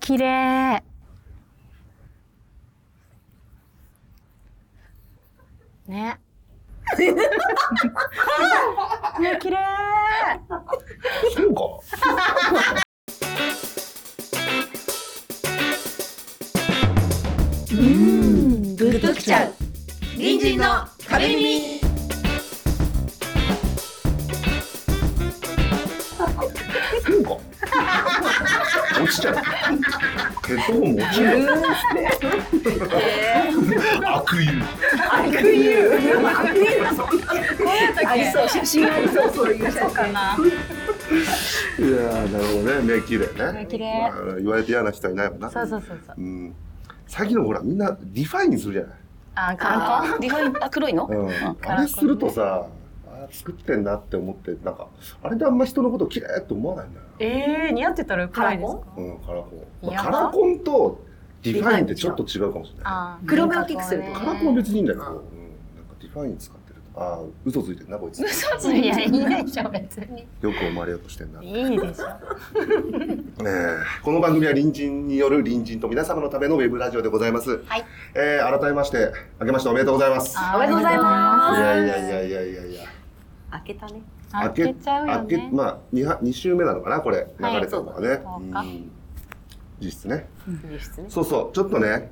綺麗。 ね。ね、綺麗。そうか。うん、グッときちゃう。隣人の壁耳そうか。落ちちゃう。ヘッドホンも落ちる。悪友。ありそう写真ありそうそういう写真いやーなるほどね目綺麗ね目綺麗まあ言われて嫌な人はいないもんなそうそうそうそう。うん最近のほらみんなリファインにするじゃない、あ、観あリファインあ黒いの？うん、カあラコンれねするとさあー作ってんなって思ってなんかあれであんま人のこと綺麗って思わないんだよ、光。ええ、似合ってたらよくないですか。うん、カラコン、まやあ、ばカラコンとリファインってちょっと違うかもしれなあー黒目を大きくするといあカラコンは別にいいんだけど、うん、なんかリファイン使ってるとああ嘘ついてんなこいつよ嘘ついてないでしょ別に。く思われようとしてんな、ねいいでしょ。えこの番組は隣人による隣人と皆様のためのウェブラジオでございます、はいえー改めまして明けましておめでとうございますあおめでとうございまいすやいやいやいやいやいや開けたね。開けちゃうよ開けね。まあ二は二週目なのかなこれ流はいれたのがね、そうかうん実質ね実質ね。そうそうちょっとね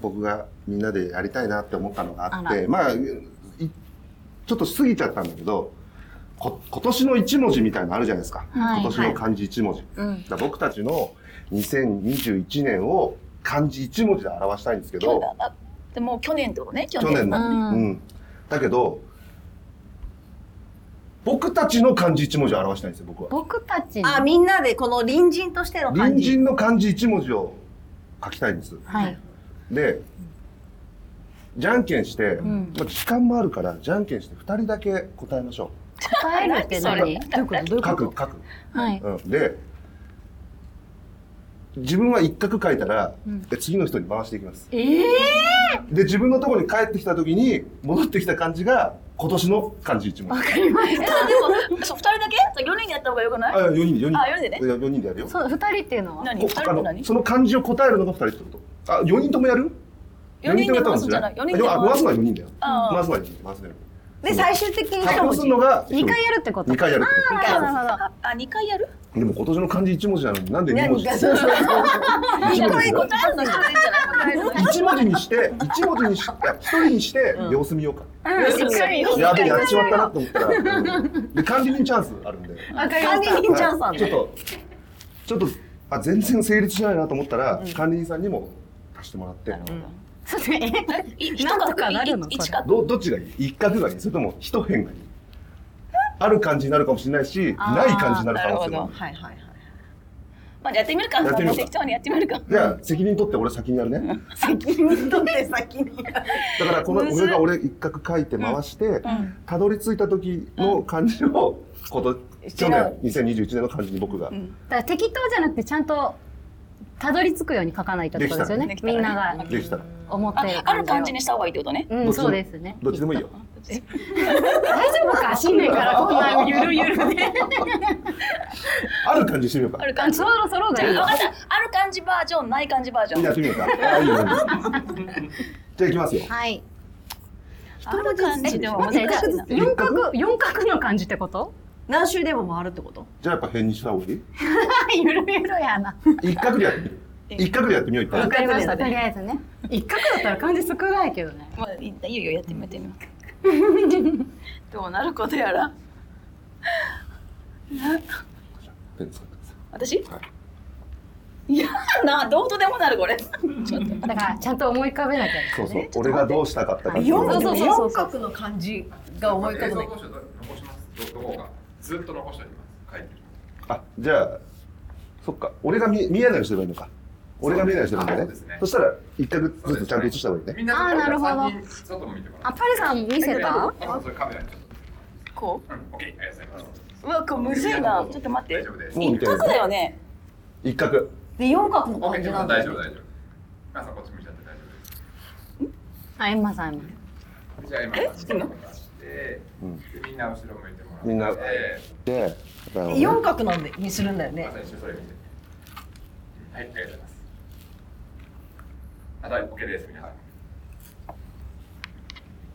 僕がみんなでやりたいなって思ったのがあっあてまあいちょっと過ぎちゃったんだけどこ今年の一文字みたいのあるじゃないですか、はい今年の漢字一文字、うん。だから僕たちの2021年を漢字一文字で表したいんですけ去ど年あでも去年ってことね。去去年年の、うんうんだけど僕たちの漢字一文字を表したいんですよ僕は。僕たちのあみんなでこの隣人としての感隣じ人の漢字一文字を書きたいんです。はい。で、じゃんけんして、んまあ時間もあるから、じゃんけんして二人だけ答えましょ答えるって何？それうこと？どうう。書く、書く。はい。うん、で、自分は一角書いたら、うんで次の人に回していきます。ええで、自分のところに帰ってきた時に、戻ってきた漢字が、今年の漢字一文わ字。かりましえた。でもそう二人だけ？じゃあ四人でやった方がよくない？あ、4人で、4人あ四人でね。で。4人でやるよ。そう、二人っていうのは。何？こ二人あって何の？その漢字を答えるのが二人ってこと。あ、4人ともやる四人で回すんじゃない？四四人人でで回すあ、回回すす。のは4人だよ。あー回すのは4人、回すのは4人。で最終的に発一文表字するのが二回やるってこと。 2回やるってあーなるほど。あ二回やる？ことでも今年の漢字1文字なのになんで2文何字かそうそう一文字一だ個よ答えるの去年じゃない？一文字にして1文字にし1人にして様子見ようか、うん、しっかり。やべえやっちまったなと思ったら、うんで管理人チャンスあるんでわかりま管し理た。人ちゃんさんはいちょっとちょっとあ全然成立しないなと思ったら、管理人さんにも足してもらって、ちょっとえ 一なんとかなるの一角どどっちがいい一角がいいそれとも一辺がいいある感じになるかもしれないしあーない感じになる可能性もあるはいはいはいまあじゃあやってみるか。やってみようか適当にやってみるか。じゃあ責任取って俺先にやるね、責任取って先にだからこのむずい俺が俺一角書いて回して、うん。たどり着いた時の感じを、こと去年2021年の感じに僕が、うんだから適当じゃなくてちゃんとたどり着くように書かないとってことですよねできたねみんなができたら思ってるあある感じをにした方がいいってことね。うんそうですねどっちでもいいよ大丈夫か新年からこんなゆるゆるである感じにしてみようかある感じ。そろそろだ分よかった。ある感じバージョン、ない感じバージョやっン。てみようかあいいよいいよじゃあいきますよはいある感じでも待って難じゃしいなあ。四角四角の感じってこと何周でも回るってことじゃあやっぱ辺にした方がいいゆるゆるやな一角でやってみる一角でやってみよう一わ回かりましたとりあえずね一角だったら感じ少ないけどねまあ、いいよ、やってみようやってみよう。 どうなることやら。ペン使ってくださ私。、はいやな、どうとでもなる、これ。ちょっと。だからちゃんと思い浮かべなきゃいそうそうえちょっと待って俺がどうしたかったかっていうそうそうそうそう四角の漢字が思い浮かぶね映像として残します。どどこかずっと残しておきます。書いてる。あじゃあそっか俺が見見えないようにすればいいのか俺が見えないようにすればいいんだそうですねねそしたら一角ずつちゃんと映した方がいいねみんなあーなるほど三人外も見てもらあって。パルさん見せたあ、そうそうカメラにちょっこう。と。うん、オッケー、ありがとうございます。うわ、これむずいな。ちょっと待っ大て丈。夫です。もう見一てる角だよね。一角で四角のオッケ漢ー、字ちょなっんとだ大よ丈夫、ね大丈夫。皆さんこっち向いちゃって大丈夫です。あエンマさんじゃあ今出して、うんでみんな後ろ向いてもらって。みんなええでだから俺四角なんでにするんだよねまさに一緒にそれ見て。はい、ありがとうございます。あ、はい、OK です。皆さん。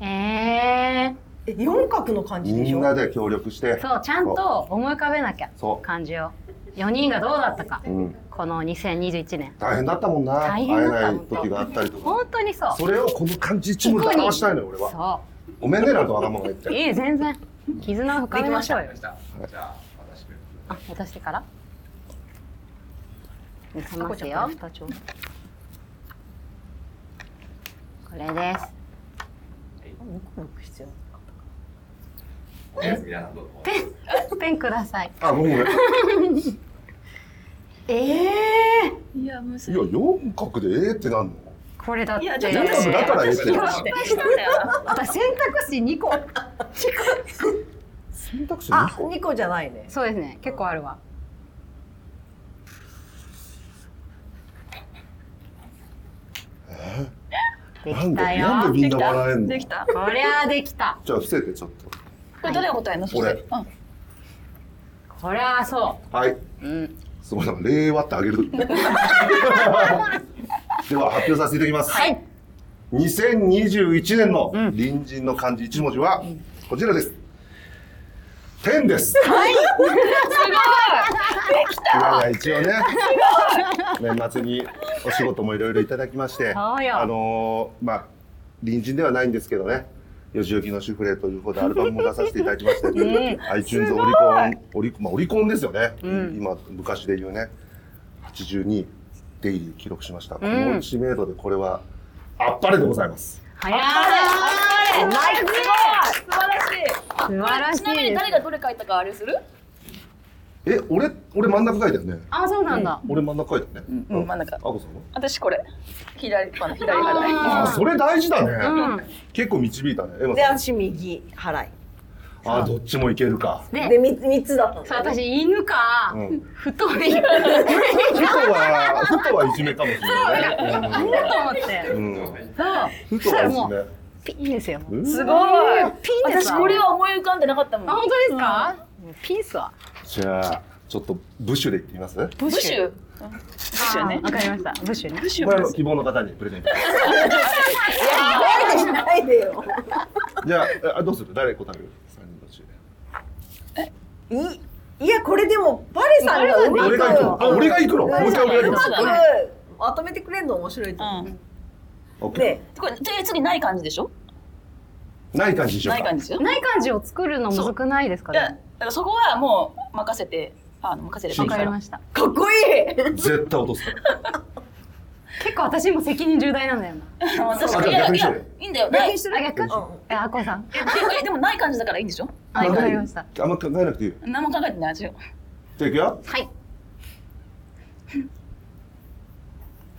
ええ四角の感じでみしんょなで協力してー、そうちゃんと思い浮かべなきゃそ感じを4人がどうだったかう、うん、この2021年大変だったもんな大会え変だったない時があったりとか本当にそうそれをこの感じ一文で表したいのよ俺はそごめんねなんかわがまま言っうていい全然絆を深めましょうよでした。じゃあ、私めくるあ渡してから見せますあよこちこれです動くの必要おやすみなさいどうぞ。ペンくださいあごめんごめんいやええいや、むずい。四角でええってなんのこれだっていやちょっと四角だからええって失敗したんだよな。私選択肢2個選択肢あ2個二個じゃないねそうですね結構あるわでなんきでたよなんでみんな笑えんのできた。こりゃできたじゃあ伏せてちょっこれ、どれが答えなの。俺うん。あこりゃそとはいううんすごいなんか令和ってあげ るでは発表させていただきます、はい2021年のうん隣人の漢字一文字はこちらです。天です。はい。すごい。できた。一応ね。年末にお仕事もいろいろいただきまして、そうよあのーまあ隣人ではないんですけどね。よじよきのシュフレということでアルバムも出させていただ きまして、ん iTunes オリコン、オリ,、まあ、オリコンですよね、うん今、昔で言うね、82デイリー記録しました、こうのん知名度でこれはあっぱれでございます。はやれナイ素晴らしい。素晴らしちなみいに、です誰がどれ書いたか、あれする。え、俺、俺真ん中書いたよね。あそうなんだ俺真ん中書いたよね。うん、真ん中あ。こさんは。私、これ。左、この左払い。あ、それ大事だね。うん結構導いたね。エマでさん。足右払いあ、どっちもいけるか。でで三つ三つだったんそうだよね私犬かうん。太いだふとは、ふとはいじめかもしれないね。と思ってうん。どううぞんそうふとはいじめ。ピンですようんすごい。ピンです私、わこれは思い浮かんでなかったもん。あ本当ですかもうピンっすわじゃあ、ちょっとブッシュでいってみます。こブッシュ。ブッシュねわかりましたブッシュねブッシれは希望の方にプレゼント。いやしないでよじゃあえ、あ、どうする、誰答える。三人どっち。いいやこれでもバレさんがうまい俺のが行よくの。あ、俺が行くの。もう一回俺が行くのそうだねうんまとめてくれるの面白いと思う、うん。オッケでこれ、手、次ない感じでしょー。ない感じにしよなういか感。じでしょない感じを作るのむずくないですかいや、だねから、そこはもう、任せて。あの、任せればわいいかからり。ましたかっこいい絶対落とすから。結構私も責任重大なんだよな私あいじゃあや逆いにしやようよいいんだよ。な逆いにしてるあ逆えあこさんええでもない感じだからいいんでしょ。あわかりましたあんま考えなくていいよ。何も考えてない味を。じゃあ、いくよ。はい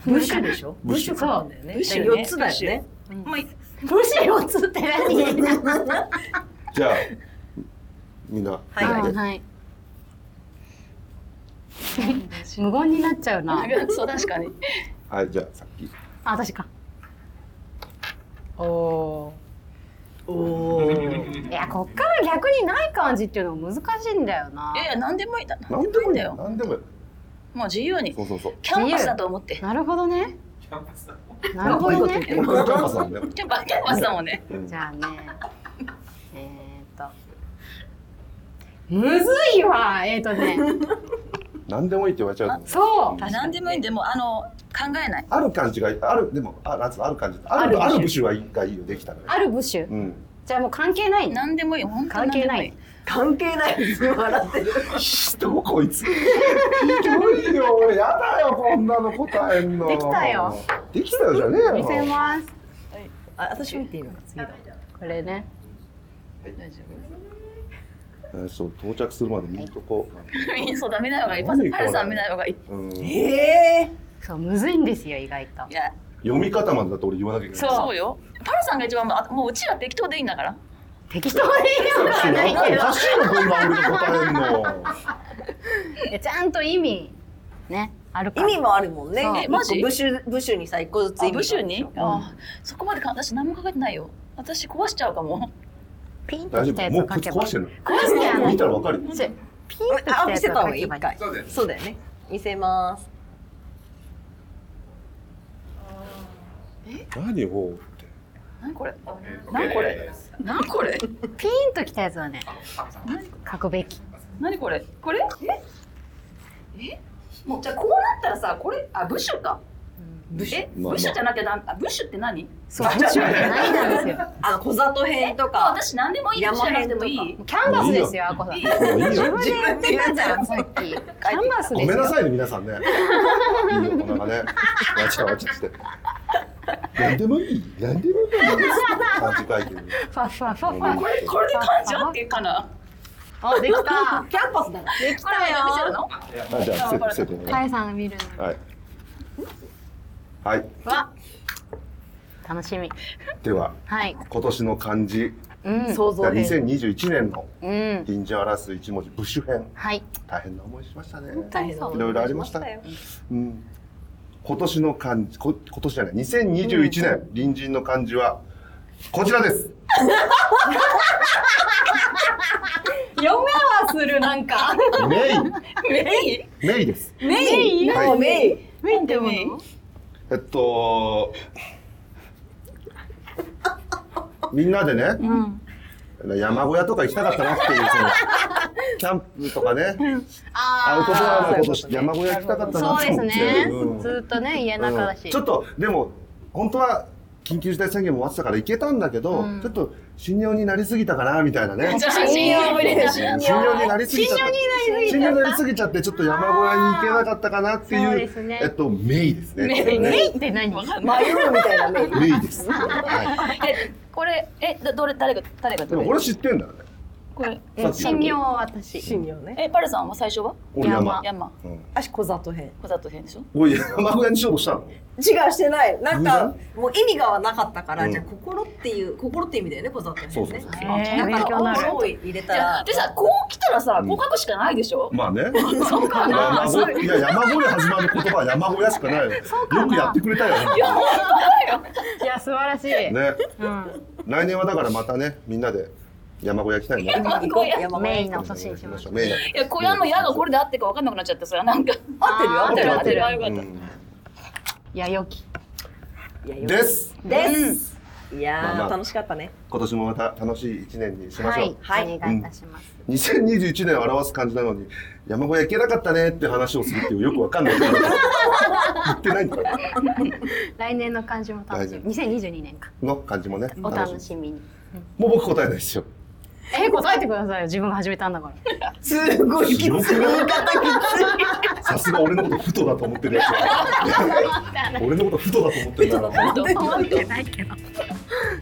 ブッシュでしょブッシュブなんだよねブッシュね四つだよねもういブッシュをつって何じゃあ、みんな。はいみんなではい無言になっちゃう なそう確かに。はい、じゃあ、さっき。あ私かおおーいやこっから逆にない感じっていうのも難しいんだよないやいや何でもいいだ。な何んででもいいんもいいだよ。よ。なんでもいい。もう自由にそうそうそう。キャンパスだと思って。なるほどねキャンパスだ。なるほどねこれキャンパスなんだよ。キャンパキャンパスだもんね。うんじゃあね、えー、っと、むずいわ、えー、っとね、なんでもいいって言われちゃうと思う。そう、あ何でもいいんでもうあの考えない。ある感じがいい、ある、でも、あ、なんつうのある感じ。ああるる、部あ首る部首はいい、がいいよ、できたらね。ある部首、うん。じゃあもう関係ない。何でもいい本当関係に何でもないいい。。 関係ないです笑ってるどうこいつ。ひどいよ、俺、やだよ、こんなの答えんの。できたよ。できたよ、じゃねえよ。見せます。あ私見ていいのか次だこれね、えーそう、到着するまで、見んとこ。 いいそうダメない方がいい。パ何これパルさん見ない方がいい。うん。ええそう、むずいんですよ、意外と。いや読み方までだと、俺言わなきゃいけない。そうそうよ。パルさんが一番あもううちら適当でいいんだから。適当に言うのはないけおどかしいのこんな俺が答えんの。いや、ちゃんと意味、ね、あるか意ら。味もあるもんねそうえマジブッシュブッシュにさ一個ずつ意あ味部首にが。あそこまでか私何も考えてないよ。私壊しちゃうかも。 ピンと大丈きた夫、やつもうを書けば。壊してる壊してやの。ない見。たらわかるよ。そうピンときあた見やつせをた方書がいいけば一回そうです。そうだよね見せます何をって何これえー何これ時計です何これピーンときたやつはねあハムさん書くべき何これこれもうじゃあこうなったらさこれあブッシュかブシえまあまあブッシュじゃなきゃダメあブッシュって何そう文章って何なんですよあの小里編とあか私何でもいいブッ山シュじゃなくて編ともかいいキャンバスですよあこさんいい自もういいよ分で言ってたじゃんさっきキャンバスごでめすんなよさいね皆さんね。いいよなんかね。わちゃわちゃして。何でもいい。何でもいい。漢字書いてる。ファッファッファッファこれこれで感情っていうかなあできたキャンパスだなできこれは見せたるよのいやもうあじゃあ伏せて伏せてね。かえさんが見るはい。はい。わ楽しみでははい今年の漢字、うん想像編2021年のうん臨時を表す一文字ブッシュ編。はい大変な思いしましたね。大変そういろいろありました。うん。今年の漢字、こ今年じゃない、2021年、隣人の漢字は、こちらです。嫁はするなんかメメイイ。メイです。メイはいもうメイメインでもえっと、みんなでね、うん山小屋とか行きたかったなっていう、その、キャンプとかね、アウトドアあのことし山小屋行きたかっあたなそうとです思って。ねうんずっとね家の中だうしんちょっとでも本当は緊急事態宣言も終わってたから行けたんだけど、うんちょっと信用になりすぎたかなみたいなねじゃあ信用無理だし 信用になりすぎちゃった信信用用ににななりりすすぎちゃってちょっと山小屋に行けなかったかなってそういでうすねえっとメイですねメイメねイって何わかんない迷うみたいなメイメイです、はえこれえどどれ誰が誰がい、でもどれこれ知ってんだよねこれさっき信用は私信用ねえパルさんは最初は俺山山山うん私小里編小里編でしょおい山小屋にしようとしたの違うしてないなんか偶もう意味がなかったから、うんじゃあ心っていう心って意味だよね小里編ねそうそうそうえなーんか勉強になるを入れたじゃあらでさこう来たらさこう書くしかないでしょまあねそうか山な小屋いや山小屋始まる言葉は山小屋しかないよよくやってくれたよいや素晴らしいねうん来年はだからまたねみんなで山小屋行きたいね行こう山小屋メインの年にしましょうメインいや小屋の矢がこれで合ってるか分かんなくなっちゃってさなんか合ってるよあ合ってる合合っっててる合っるてる合ってる合いや良きってる合ってる合ってる合ってる合ってるいやです。です、いやー、まあまあ楽しかったね今年もまた楽しい一年にしましはょう。いはいお願いいたします2021年を表す感じなのに山小屋行けなかったねっていう話をするっていうよくわかんない。言ってないんだから来年の漢字も楽しみ2022年かの感じもね。お楽しみにもう僕答えないですよ。え答えてくださいよ自分が始めたんだからすごいきついよ言いくない方きさすが俺のことふとだと思って るやつは。俺のことふとだと思ってるな思ってないけど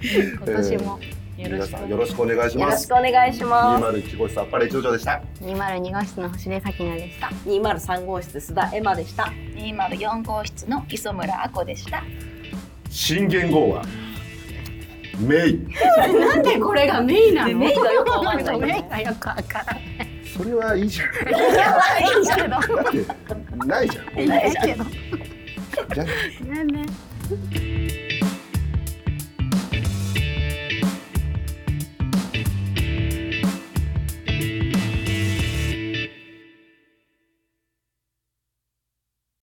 今年もよろ皆しさくんよろしくお願いしつよまろしすく。お願いします201号室あっぱれ一条でした。 202号室の星出咲菜でした203号室須田エマでした204号室の磯村あこでした新元号はメイ。なんでこれがメインなのメ イがよくわかんないメイがよくわからないそれはいいじゃん。 いいけどだってないじゃん。いいけどじゃあねえねえ